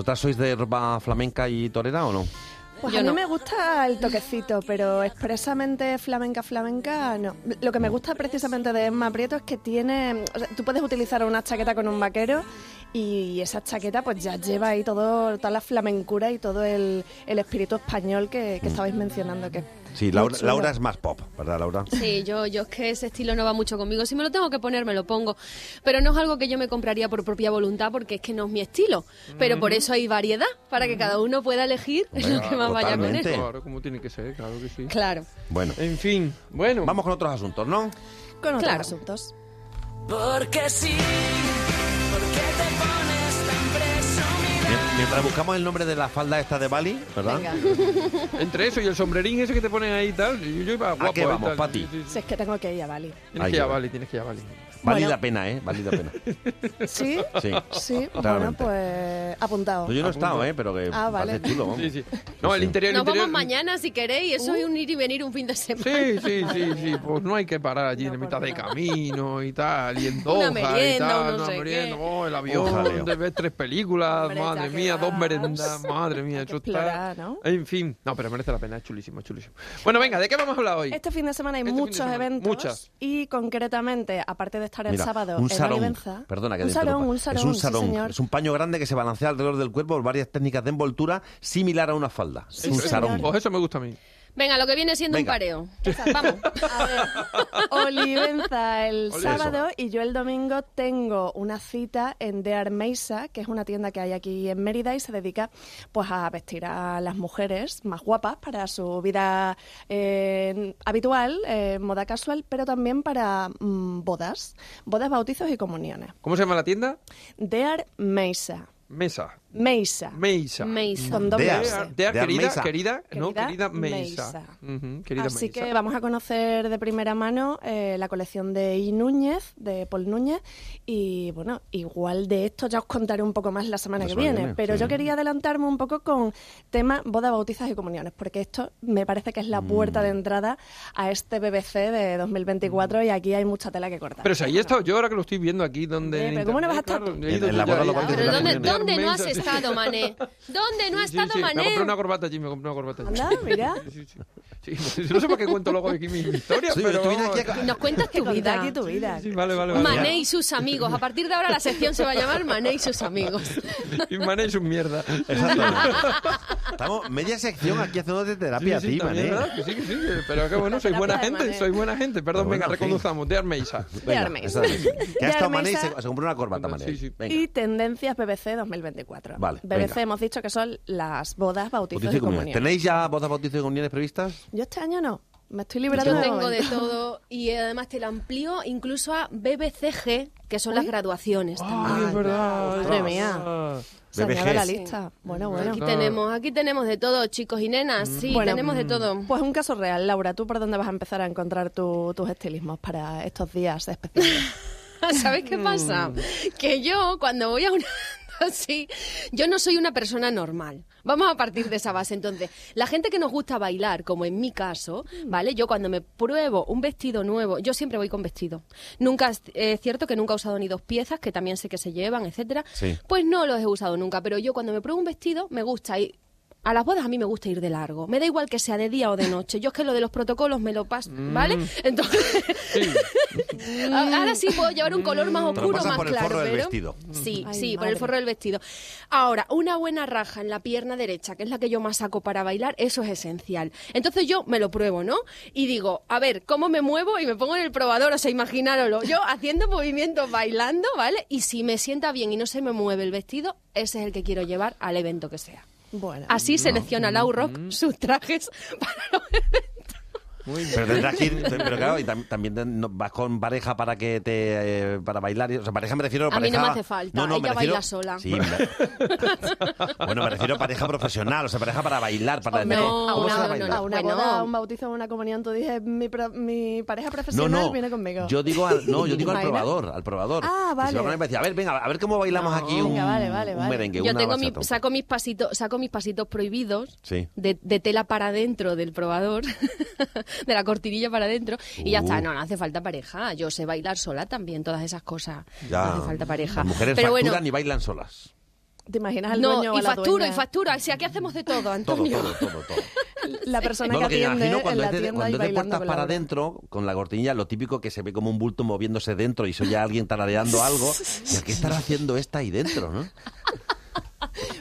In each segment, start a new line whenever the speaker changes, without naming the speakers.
¿Vosotras sois de ropa flamenca y torera o no?
Pues
Yo
a mí
no.
me gusta el toquecito, pero expresamente flamenca, flamenca, no. Lo que me gusta precisamente de Emma Prieto es que tiene... o sea, tú puedes utilizar una chaqueta con un vaquero y esa chaqueta pues ya lleva ahí todo, toda la flamencura y todo el, el espíritu español que, que estabais mencionando. Que
Sí,
muy
Laura,
chulo.
Laura es más pop, ¿verdad, Laura?
Sí, yo, yo es que ese estilo no va mucho conmigo. Si me lo tengo que poner, me lo pongo. Pero no es algo que yo me compraría por propia voluntad porque es que no es mi estilo. Pero por eso hay variedad, para que cada uno pueda elegir lo que más vaya con
totalmente.
él.
Claro, como tiene que ser, claro que sí.
Claro.
Bueno,
En fin, bueno.
vamos con otros asuntos, ¿no?
Con otros
Claro.
asuntos.
Porque sí, porque te pones tan presumida.
Mien- Mientras buscamos el nombre de la falda esta de Bali, ¿verdad?
Venga,
Entre eso y el sombrerín ese que te ponen ahí y tal, yo, yo iba guapo.
qué
y
Ah, vamos,
tal.
Pati?
Sí, sí, sí.
si es que tengo que ir a Bali.
Tienes
Ahí
que ya
va.
vale, tienes que ya vale.
Valida
Bueno.
pena, ¿eh? Valida pena.
¿Sí?
Sí.
Sí, bueno,
Claramente.
pues apuntado.
No, yo no he
Apunto.
estado, ¿eh? Pero que
Ah, vale.
parece chulo, vamos. Pues
Sí, sí. No, el
Sí.
interior, el
Nos
interior.
vamos
Uh.
mañana si queréis. Eso es un ir y venir un fin de semana.
Sí, sí, sí, sí. Pues no hay que parar allí en mitad de camino y tal. Y en Doha y
merienda,
tal.
un no
una
sé qué.
merienda. Oh, el avión,
Un jaleo.
de ver tres películas.
Hombre,
madre
ya que
mía, dos
vas.
merendas. Madre mía,
Hay que
eso está.
explorar, ¿no?
En fin. No, pero merece la pena. Es chulísimo, es chulísimo. Bueno, venga, ¿de qué vamos a hablar hoy?
Este fin de semana hay
Este fin de
muchos
semana,
eventos.
muchas.
Y concretamente, aparte de estar el
Mira,
sábado
un
en
sarón.
Olivenza.
Perdona que
un
te
sarón,
interrumpa.
un sarón,
es un
sí,
sarón.
señor.
es un paño grande que se balancea alrededor del cuerpo por varias técnicas de envoltura similar a una falda. Es
Sí,
un
señor.
sarón.
Pues eso me gusta a mí.
Venga, lo que viene siendo
Venga.
un pareo. Vamos.
A ver, Olivenza el
Olivenza.
sábado y yo el domingo tengo una cita en De Armeisa, que es una tienda que hay aquí en Mérida y se dedica pues a vestir a las mujeres más guapas para su vida eh, habitual, eh, moda casual, pero también para mm, bodas, bodas, bautizos y comuniones.
¿Cómo se llama la tienda?
De Armeisa.
Mesa.
Meisa.
Meisa.
Meisa.
Con doble
De Ar-
S.
De
De
querida,
Armeisa.
querida, no,
Querida
querida
Meisa.
Meisa. Ujú, querida
Así
Meisa.
que vamos a conocer de primera mano eh, la colección de I. Núñez, de Paul Núñez. Y bueno, igual de esto ya os contaré un poco más la semana
La
que
semana que
viene.
viene,
pero
sí.
yo quería adelantarme un poco con tema boda, bautizas y comuniones, porque esto me parece que es la puerta de entrada a este BBC de 2024 y aquí hay mucha tela que cortar.
Pero si ahí he estado yo ahora que lo estoy viendo aquí donde...
Eh,
en
pero ¿cómo no vas a
internet,
estar tú?
he
En-
ido
en la
yo
boda
ahí.
lo conté
Pero
Pero
¿dónde,
también- ¿eh?
dónde no has
Sí, sí,
estado, Mané? ¿Dónde no has
sí,
estado,
sí. Me
Mané?
compré una corbata allí, me compré una corbata allí.
Anda, mira.
Sí, sí, sí. Sí, no sé por qué cuento luego aquí mis historias,
Sí,
pero...
tú vienes
vamos,
aquí a-
Nos cuentas
Que
tu
contar
vida.
aquí tu vida.
Sí, vale, vale, vale.
Mané y sus amigos. A partir de ahora la sección se va a llamar Mané y sus amigos.
Y Mané es un mierda.
Exacto. Estamos media sección aquí haciendo de terapia ¿eh?
sí,
a ti,
también,
mané.
¿verdad? Que sí, que sí, que- Pero que bueno, soy buena
Terapia de
gente,
Mané.
soy buena gente. Perdón,
Pero
venga,
bueno, sí.
reconozcamos. De Armeisa.
Venga,
Armeisa.
esa es. Que ha
De
estado mané y se,
Armeisa.
se compró una corbata, mané.
Sí, sí.
Venga.
Y tendencias BBC 2024.
Vale,
BBC
venga.
hemos dicho que son las bodas, bautizos
Bautizo y
y
comunión.
comuniones.
¿Tenéis ya bodas, bautizos y comuniones previstas?
Yo este año no. Me estoy librando
Yo
de
tengo de
momento.
todo y eh, además te lo amplío incluso a BBCG, que son las
Ah,
graduaciones. también.
Ay, es verdad.
Madre mía.
Ah.
Se añade
BBGs.
la lista. Bueno, bueno.
Aquí tenemos, aquí tenemos de todo, chicos y nenas. Sí,
Bueno,
tenemos de todo.
Pues un caso real, Laura, ¿tú por dónde vas a empezar a encontrar tu- tus estilismos para estos días especiales?
¿Sabéis qué pasa? Que yo, cuando voy a una. así, yo no soy una persona normal. Vamos a partir de esa base. Entonces, la gente que nos gusta bailar, como en mi caso, ¿vale? Yo cuando me pruebo un vestido nuevo, yo siempre voy con vestido. Nunca es eh, cierto que nunca he usado ni dos piezas, que también sé que se llevan, etcétera.
Sí.
Pues no los he usado nunca, pero yo cuando me pruebo un vestido, me gusta ir. A las bodas a mí me gusta ir de largo. Me da igual que sea de día o de noche. Yo es que lo de los protocolos me lo paso, ¿vale? Entonces, A- Ahora sí puedo llevar un color más
Mm. Te
oscuro,
lo pasas
más
por el
claro.
forro del
pero-
vestido. Mm.
Sí,
Ay,
sí, por el
madre.
forro del vestido. Ahora, una buena raja en la pierna derecha, que es la que yo más saco para bailar, eso es esencial. Entonces yo me lo pruebo, ¿no? Y digo, a ver, ¿cómo me muevo? Y me pongo en el probador, o sea, imaginároslo. Yo haciendo movimientos, bailando, ¿vale? Y si me sienta bien y no se me mueve el vestido, ese es el que quiero llevar al evento que sea.
Bueno,
Así
Mm.
selecciona Lau Rock sus trajes para los eventos.
Muy bien.
Pero tendrás que ir, pero claro, y tam- también te- no- vas con pareja para que te eh, para bailar, y- o sea, pareja me refiero a
A mí no
pareja.
me hace falta, ella baila sola.
Sí, me- bueno, me refiero a pareja profesional, o sea, pareja para bailar, para
Hombre,
¿cómo
a una-
se va a
Oh, no,
bailar?
a una
Bueno.
boda, a un bautizo, a una comunión, tú dices, mi, pro- mi pareja profesional viene conmigo.
Yo digo al, no, yo digo al
Vaina.
probador, al probador.
Ah,
Que se
vale.
va con él y me dice, a ver, venga, a ver cómo bailamos aquí un,
venga, vale, vale,
un
vale.
merengue,
Yo
una
tengo mi,
bachata".
saco mis pasitos, saco mis pasitos prohibidos
Sí.
de, de tela para adentro del probador, de la cortinilla para adentro, y ya
Uh.
está, no, no hace falta pareja. Yo sé bailar sola también, todas esas cosas.
Ya.
No hace falta pareja.
Las mujeres
Pero
facturan
bueno,
y bailan solas.
¿Te imaginas al dueño
No,
o
y
a la
facturo, y
dueña?
factura. O sea, aquí hacemos de todo,
Todo,
Antonio.
todo, todo, todo.
La persona
No,
que
lo que me
atiende
imagino
en
cuando
la
es de,
tienda
cuando
y
es de
bailando
puertas
con la
para
otra.
adentro, con la cortinilla, lo típico que se ve como un bulto moviéndose dentro y soy ya alguien tarareando algo. ¿Y qué estará haciendo esta ahí dentro, no?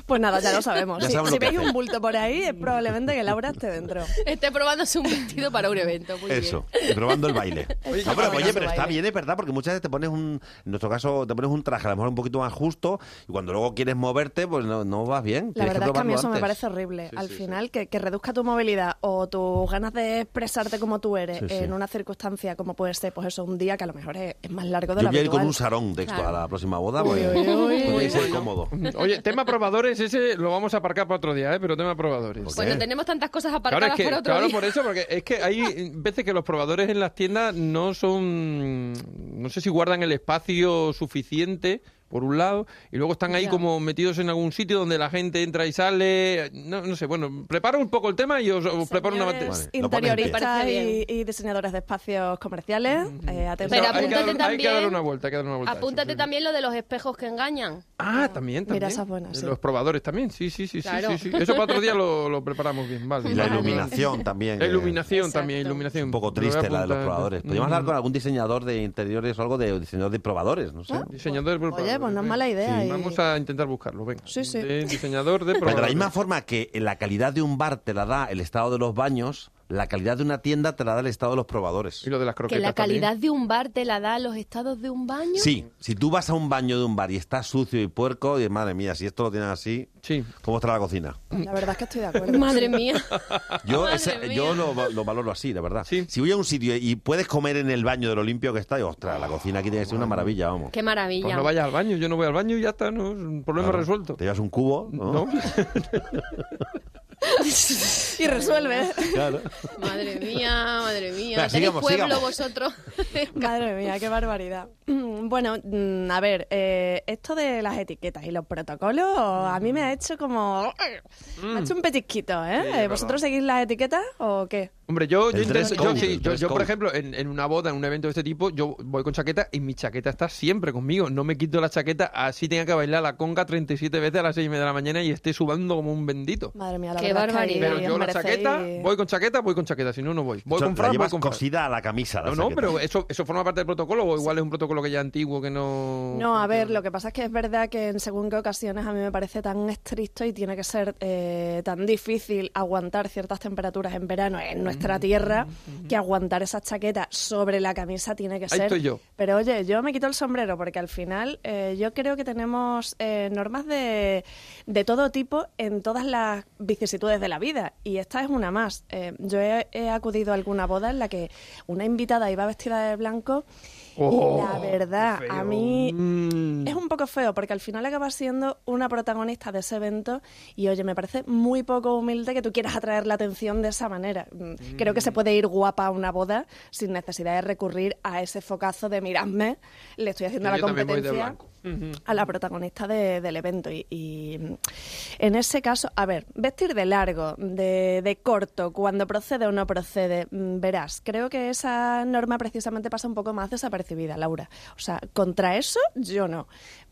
Pues nada, ya lo sabemos.
Ya
si
sabemos
si
lo que
veis
hacer.
un bulto por ahí, es probablemente que Laura esté dentro.
Esté probándose un vestido para un evento. Muy bien.
Eso, y probando el baile.
Oye,
No, pero,
probando
oye,
su
pero está
baile.
bien, es verdad, porque muchas veces te pones un, en nuestro caso, te pones un traje a lo mejor un poquito más justo y cuando luego quieres moverte, pues no, no vas bien.
La
Tienes
verdad es que a mí
probarlo
eso me
antes.
parece horrible. Al final, que, que reduzca tu movilidad o tus ganas de expresarte como tú eres
Sí, sí.
en una circunstancia como puede ser, pues eso, un día que a lo mejor es, es más largo de
Yo
lo
voy a ir con
habitual.
un sarón de esto a la próxima boda, pues,
Uy,
porque
uy, uy,
porque
uy,
es
uy.
incómodo.
Oye, tema probadores, ese lo vamos a aparcar para otro día, ¿eh? pero tema probadores.
Pues
Bueno,
¿Eh?
tenemos tantas cosas
Claro,
aparcadas
es que,
para otro
claro
día.
por eso, porque es que hay veces que los probadores en las tiendas no son, no sé si guardan el espacio suficiente, por un lado, y luego están ahí
Ya.
como metidos en algún sitio donde la gente entra y sale, no, no sé, bueno, preparo un poco el tema y os, os preparo una...
Señores,
bate-
Vale, lo pones en pie.
Interioristas
Me parece
y, y diseñadores de espacios comerciales. Eh,
Eso,
atención.
Pero
hay,
apúntate
que dar, hay que
también-
darle una vuelta, hay que darle una vuelta. a eso,
Apúntate
sí.
también lo de los espejos que engañan.
Ah, también, también.
Mira, esas buenas, sí.
Los probadores también, sí, sí, sí, sí,
Claro.
sí, sí. Eso para otro día lo, lo preparamos bien, vale.
Y la
Vale.
iluminación también. eh.
La
que-
iluminación
Exacto.
también, iluminación.
Un poco
Lo voy a
triste la de los
apuntar.
probadores. Podríamos
Mm.
hablar con algún diseñador de interiores o algo de o diseñador de probadores, no sé.
Ah, Mm, Diseñador de probadores.
Oye, pues no es
venga.
mala idea. y-
Vamos a intentar buscarlo, venga.
Sí, sí.
De diseñador
Pero de
de
la
probadores.
misma forma que la calidad de un bar te la da el estado de los baños, la calidad de una tienda te la da el estado de los probadores.
Y lo de las
Que
croquetas
la
también.
calidad de un bar te la da los estados de un baño.
Sí, si tú vas a un baño de un bar y está sucio y puerco, y madre mía, si esto lo tienen así,
Sí.
¿cómo está la cocina?
La verdad es que estoy de acuerdo.
Madre mía.
Yo,
Madre
ese-
mía.
yo lo, va- lo valoro así, la verdad.
Sí.
Si voy a un sitio y puedes comer en el baño de lo limpio que está, y, ostras, la cocina aquí tiene que ser una maravilla, vamos.
Qué maravilla.
Pues no vayas al baño, yo no voy al baño y ya está, ¿no? Es un problema
Claro,
resuelto.
Te llevas un cubo, ¿no?
¿No?
Y resuelve.
Claro.
Madre mía, madre mía.
Venga,
¿Tenéis
sigamos,
pueblo
sigamos.
vosotros?
Madre mía, qué barbaridad. Mm, Bueno, mm, a ver, eh, esto de las etiquetas y los protocolos a mí me ha hecho como... Me ha hecho un petisquito, ¿eh?
Mm. Sí, es
Eh, ¿Vosotros seguís las etiquetas o qué?
Hombre, yo, yo,
El dress
intento- yo,
code,
sí,
el
yo,
dress
yo, por
code.
ejemplo, en, en una boda, en un evento de este tipo, yo voy con chaqueta y mi chaqueta está siempre conmigo. No me quito la chaqueta, así tenga que bailar la conga 37 veces a las 6 y media de la mañana y esté subando como un bendito.
Madre mía, la
Qué
verdad es que ahí
barbaridad.
Pero yo
os
la
merecéis-
chaqueta, voy con chaqueta, voy con chaqueta, si no, no voy. Voy
Eso,
con
la
Fran, voy
llevas
con Fran.
cosida a la camisa. la
No, no,
chaqueta.
pero eso, eso forma parte del protocolo o igual es un protocolo que ya antiguo que no...
No, a ver, lo que pasa es que es verdad que en según qué ocasiones a mí me parece tan estricto y tiene que ser eh, tan difícil aguantar ciertas temperaturas en verano en
Mm,
nuestra tierra que aguantar esa chaqueta sobre la camisa tiene que
Ahí
ser.
estoy yo.
Pero oye, yo me quito el sombrero porque al final eh, yo creo que tenemos eh, normas de, de todo tipo en todas las vicisitudes de la vida y esta es una más. Eh, yo he, he acudido a alguna boda en la que una invitada iba vestida de blanco
Oh,
y la verdad,
qué feo.
a mí
Mm.
es un poco feo porque al final acaba siendo una protagonista de ese evento y oye, me parece muy poco humilde que tú quieras atraer la atención de esa manera. Mm, Creo que se puede ir guapa a una boda sin necesidad de recurrir a ese focazo de miradme, le estoy haciendo
Sí,
la
yo también voy de
competencia
blanco.
a la protagonista de- del evento. Y, y, mm, en ese caso, a ver, vestir de largo, de, de corto, cuando procede o no procede, mm, verás, creo que esa norma precisamente pasa un poco más desapercibida, Laura. O sea, contra eso yo no.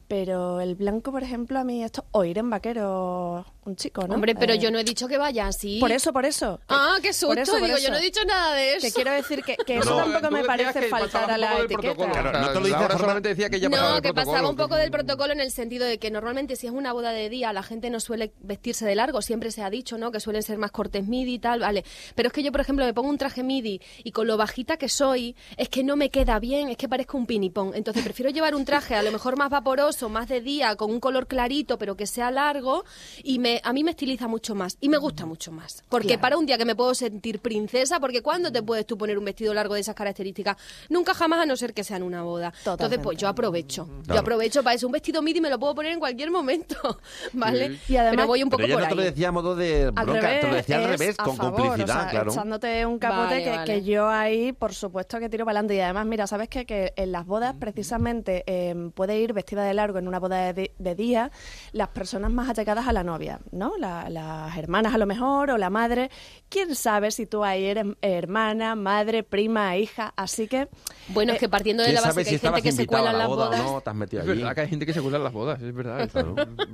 Pero el blanco, por ejemplo, a mí esto, o ir en vaquero, un chico, ¿no?
Hombre, pero
Eh,
yo no he dicho que vaya así.
Por eso, por eso.
Ah, qué
Por
susto.
eso, por
Digo, yo
eso.
no he dicho nada de eso.
Que quiero decir que, que
No,
eso
no,
tampoco
tú
me
decías
parece
que
faltar
pasaba
a
un poco
la
del protocolo.
etiqueta.
Claro,
O sea,
no te lo dice
Laura
Fernando-
solamente decía que ella pasaba
no,
el
que pasaba
protocolo,
un poco
que-
del protocolo en el sentido de que normalmente si es una boda de día la gente no suele vestirse de largo, siempre se ha dicho, ¿no? Que suelen ser más cortes midi y tal, vale. Pero es que yo, por ejemplo, me pongo un traje midi y con lo bajita que soy, es que no me queda bien, es que parezco un pinipón. Entonces prefiero llevar un traje a lo mejor más vaporoso, más de día, con un color clarito, pero que sea largo y me, a mí me estiliza mucho más y me gusta mucho más. Porque para un día que me puedo sentir princesa, porque ¿cuándo te puedes tú poner un vestido largo de esas características? Nunca jamás, a no ser que sea en una boda. Entonces, pues
Totalmente.
yo aprovecho. Yo
Claro.
aprovecho para eso. Un vestido midi me lo puedo poner en cualquier momento, ¿vale?
Y además-
Pero voy un poco
Pero ya
por
no te lo
ahí.
decía a modo de
Al
bronca, te lo decía ¿eh? al
es
revés,
a
con
favor,
complicidad,
o sea,
claro.
Echándote un capote
Vale,
que,
vale.
que yo ahí, por supuesto, que tiro para adelante. Y además, mira, sabes qué? que en las bodas, precisamente, eh, puede ir vestida de largo en una boda de, de día, las personas más atacadas a la novia, ¿no? La- las hermanas a lo mejor o la madre. ¿Quién sabe si tú ahí eres hermana, madre, prima, hija? Así que...
Bueno, es que partiendo de
eh, ¿Quién
la base
sabe
que
si
hay gente
estabas
que se
invitado
cuela
a
en
la
las
boda
bodas,
o no? ¿Te has metido
Es
allí?
verdad que hay gente que se cuela en las bodas, es verdad.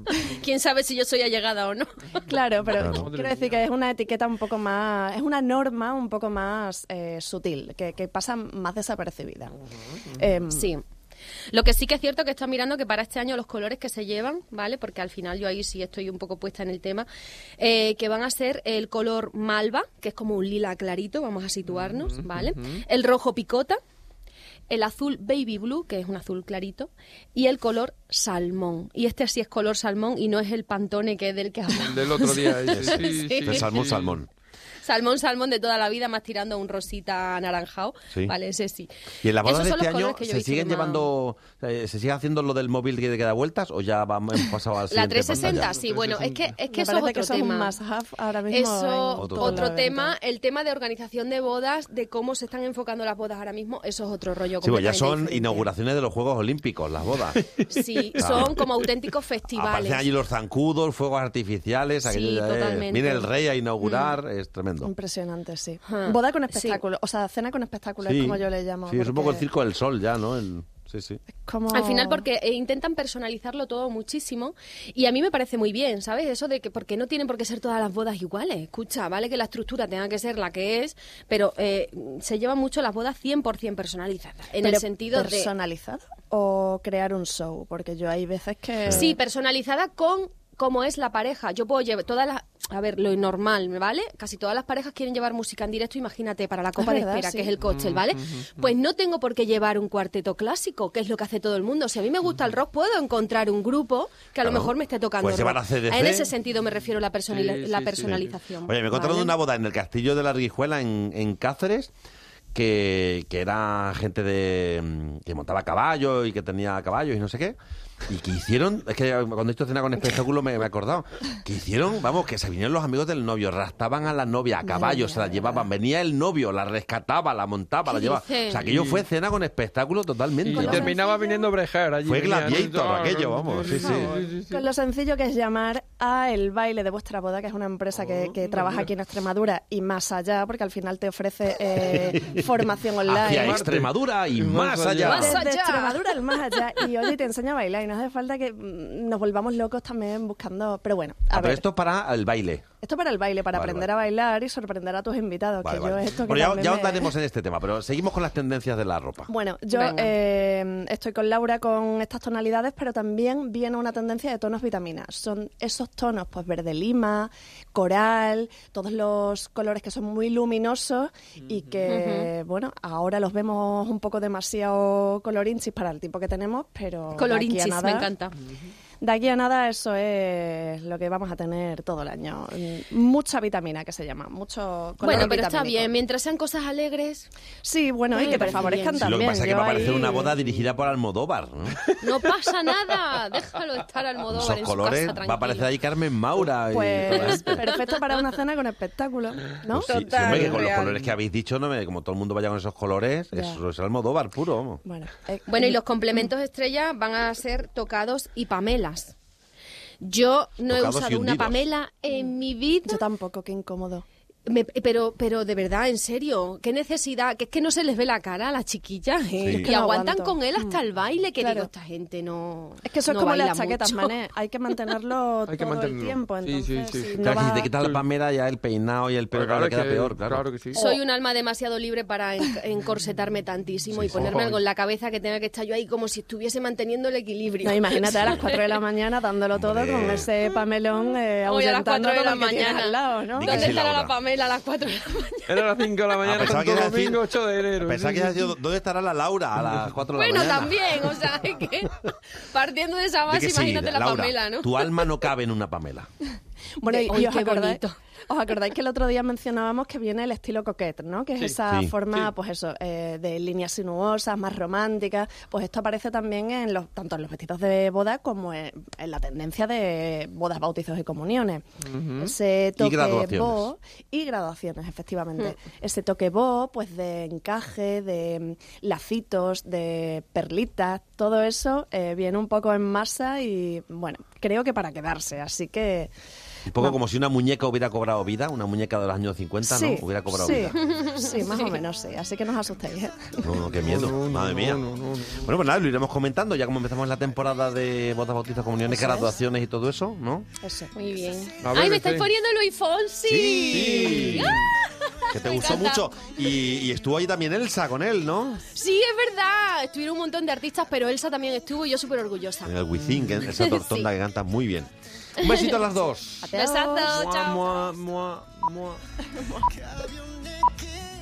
quién sabe si yo soy allegada o no.
Claro, pero
Claro.
quiero decir que es una etiqueta un poco más, es una norma un poco más eh, sutil, que, que pasa más desapercibida. Em,
Sí. Lo que sí que es cierto que está mirando que para este año los colores que se llevan, ¿vale? Porque al final yo ahí sí estoy un poco puesta en el tema, eh, que van a ser el color malva, que es como un lila clarito, vamos a
Mm,
situarnos, ¿vale? El rojo picota, el azul baby blue, que es un azul clarito, y el color salmón. Y este sí es color salmón y no es el pantone que es del que hablamos.
Del otro día. ese,
Sí.
sí, sí,
De salmón,
sí.
salmón.
Salmón, salmón de toda la vida, más tirando a un rosita anaranjado,
Sí.
¿vale? Ese sí.
¿Y en las bodas
Esos
de
son
este
los colores
año
que yo he
se
visto
siguen
que más-
llevando, eh, se sigue haciendo lo del móvil que da vueltas o ya vamos, hemos pasado al
La
siguiente
360,
pantalla?
sí, bueno, es que, es que
me
eso es
parece
otro
que eso
tema.
es un must-have ahora mismo. ¿eh?
Eso,
en
Otro
otro,
todos los
tema,
eventos.
el tema de organización de bodas, de cómo se están enfocando las bodas ahora mismo, eso es otro rollo.
Sí, pues ya
completamente
son
diferente.
inauguraciones de los Juegos Olímpicos, las bodas.
Sí,
Claro.
son como auténticos festivales.
Aparecen allí los zancudos, fuegos artificiales.
Sí,
aquello ya es-
totalmente. Mm.
Viene el rey a inaugurar, es tremendo.
Impresionante, sí.
Ah,
Boda con
sí.
espectáculo, o sea, cena con espectáculo es como yo le llamo.
Sí, es un poco el
porque
circo del sol ya, ¿no? El- sí, sí.
es como-
Al final, porque eh, intentan personalizarlo todo muchísimo y a mí me parece muy bien, ¿sabes? Eso de que, porque no tienen por qué ser todas las bodas iguales. Escucha, vale que la estructura tenga que ser la que es, pero eh, se llevan mucho las bodas 100% personalizadas. En el
pero
sentido de...
personalizado o crear un show, porque yo hay veces que...
Sí, personalizada con cómo es la pareja. Yo puedo llevar todas las... A ver, lo normal, ¿vale? Casi todas las parejas quieren llevar música en directo, imagínate, para la copa
verdad,
de espera,
sí.
que es el
Mm,
cóctel, ¿vale? Pues no tengo por qué llevar un cuarteto clásico, que es lo que hace todo el mundo. Si a mí me gusta el rock, puedo encontrar un grupo que a
Mm. Claro.
lo mejor me esté tocando
Puedes llevar
rock.
a CDC.
en ese sentido me refiero a la, personi-
Sí,
la
sí, sí.
personalización.
Oye, me contaron de
¿vale?
una boda en el castillo de la Rijuela, en, en Cáceres, que, que era gente de mm, que montaba caballo y que tenía caballos y no sé qué. Y que hicieron, es que cuando he hecho cena con espectáculo me, me he acordado, que hicieron, vamos, que se vinieron los amigos del novio, rastaban a la novia a caballo,
mía,
se la
de
llevaban, venía el novio, la rescataba, la montaba,
¿Qué
la llevaba.
dices?
O sea, aquello
Sí.
fue cena con espectáculo totalmente.
Y
vamos.
terminaba viniendo Brejar allí.
Fue
venía, ¿no?
Gladiator
No, no,
aquello,
no,
vamos, sí,
no, no,
sí.
sí, sí.
Con lo sencillo que es llamar a El Baile de Vuestra Boda, que es una empresa
Oh,
que, que trabaja aquí en Extremadura y más allá, porque al final te ofrece eh, formación
Hacia
online.
Extremadura y
Y
más
más
allá.
allá. Más
Desde
allá.
Extremadura al más allá. Y oye, te enseña a bailar y no hace falta que mm, nos volvamos locos también buscando. Pero bueno, a
Ah, pero
ver.
esto es para el baile.
Esto para el baile, para
Vale,
aprender
vale.
a bailar y sorprender a tus invitados.
Vale,
que yo
vale.
esto que
Bueno, ya,
también
ya
me-
ahondaremos en este tema, pero seguimos con las tendencias de la ropa.
Bueno, yo
Venga.
eh, estoy con Laura con estas tonalidades, pero también viene una tendencia de tonos vitaminas. Son esos tonos, pues verde lima, coral, todos los colores que son muy luminosos y que, bueno, ahora los vemos un poco demasiado colorinchis para el tipo que tenemos, pero de
Colorinchis,
aquí a nada,
me encanta.
De aquí a nada eso es lo que vamos a tener todo el año. Mucha vitamina, que se llama, mucho color
Bueno, pero está
vitamínico.
bien, mientras sean cosas alegres,
Sí, bueno,
A mí
y
me
que te
parece
favorezcan
bien.
Sí, lo
también.
que pasa es que
Yo
va a parecer
ahí-
una boda dirigida por Almodóvar. ¿no?
no pasa nada. Déjalo estar al modo
Esos
en su
colores,
casa,
va
tranquilo.
a aparecer ahí Carmen Maura. y toda la
Pues
gente.
perfecto para una cena con espectáculo, ¿no?
Pues sí, sí,
Total,
hombre, que con los
real.
colores que habéis dicho, no me, como todo el mundo vaya con esos colores,
Ya.
eso es Almodóvar puro, vamos.
Bueno, eh,
Bueno, y los complementos estrella van a ser tocados y pamelas. Yo no
Tocados y
he usado una
hundidos.
pamela en mi vida,
yo tampoco, qué incómodo.
Me- pero pero de verdad, en serio, qué necesidad, que es que no se les ve la cara a las chiquillas, ¿eh?
Sí.
y
Es que
no
aguantan
aguanto. Mm,
con él hasta el baile, que
Claro.
digo, esta gente no
Es que eso
no
es como
baila
las chaquetas,
mucho.
mané. Hay que mantenerlo
Hay que
todo el
mantenerlo.
tiempo.
Sí,
Entonces,
sí, sí.
si no
claro, que
va-
si te quitas la palmera, ya el peinado y el pelo
Pero
claro,
claro,
le queda
que-
peor, claro.
claro que sí.
Soy un alma demasiado libre para en- encorsetarme tantísimo y ponerme
Ojo.
eh.
algo en la cabeza que tenga que estar yo ahí como si estuviese manteniendo el equilibrio.
No, imagínate a las 4 de la mañana dándolo todo
Hombre.
con ese pamelón eh,
Hoy a las
ahuyentando
4 de
todo
la
lo que tienes
mañana.
al lado, ¿no?
Di
¿Dónde
sí,
estará
Laura.
la Pamela a las 4 de la mañana?
Era las 5 de la
Ah,
mañana,
pensaba que
Santo
era decir-
Domingo, 8 de enero.
Pensaba
Sí,
que
sí.
ibas a decir, ¿dónde estará la Laura a las 4 de la
Bueno,
mañana?
también, o sea, es que partiendo de esa
Di que
base,
sí,
imagínate la
Laura,
Pamela, ¿no?
Tu alma no cabe en una Pamela.
Bueno, y,
Hoy
y os
qué
acordáis,
bonito.
¿Os acordáis que el otro día mencionábamos que viene el estilo coquette, ¿no? Que es
Sí.
esa
Sí.
forma,
Sí.
pues eso, eh, de líneas sinuosas, más románticas. Pues esto aparece también en los, tanto en los vestidos de boda como en, en la tendencia de bodas, bautizos y comuniones. Ese toque
graduaciones.
bo y graduaciones, efectivamente.
Mm.
Ese toque bo, pues de encaje, de mm, lacitos, de perlitas, todo eso eh, viene un poco en masa y bueno, creo que para quedarse. Así que
Un poco
No.
como si una muñeca hubiera cobrado vida, una muñeca de los años 50, ¿no? Hubiera cobrado
sí,
vida.
Sí, más o menos sí. Así que no os asustéis. ¿eh?
No, no, qué miedo,
No, no,
madre
no,
mía.
no, no, no.
Bueno, pues nada, lo iremos comentando ya como empezamos la temporada de bodas, bautizos, comuniones,
Eso es.
graduaciones y todo eso, ¿no?
Eso.
Muy bien.
A ver,
¡Ay, me
Mercedes.
estáis poniendo Luis Fonsi!
Sí.
¡Ah!
Que te
Me
gustó
encanta.
mucho. Y, y estuvo ahí también Elsa con él, ¿no?
Sí, es verdad. Estuvieron un montón de artistas, pero Elsa también estuvo y yo súper orgullosa.
En el Within, que- esa tortonda que canta muy bien.
Un besito a las dos.
Besazo, chao.
Mua, mua, mua, mua.
Cada avioneta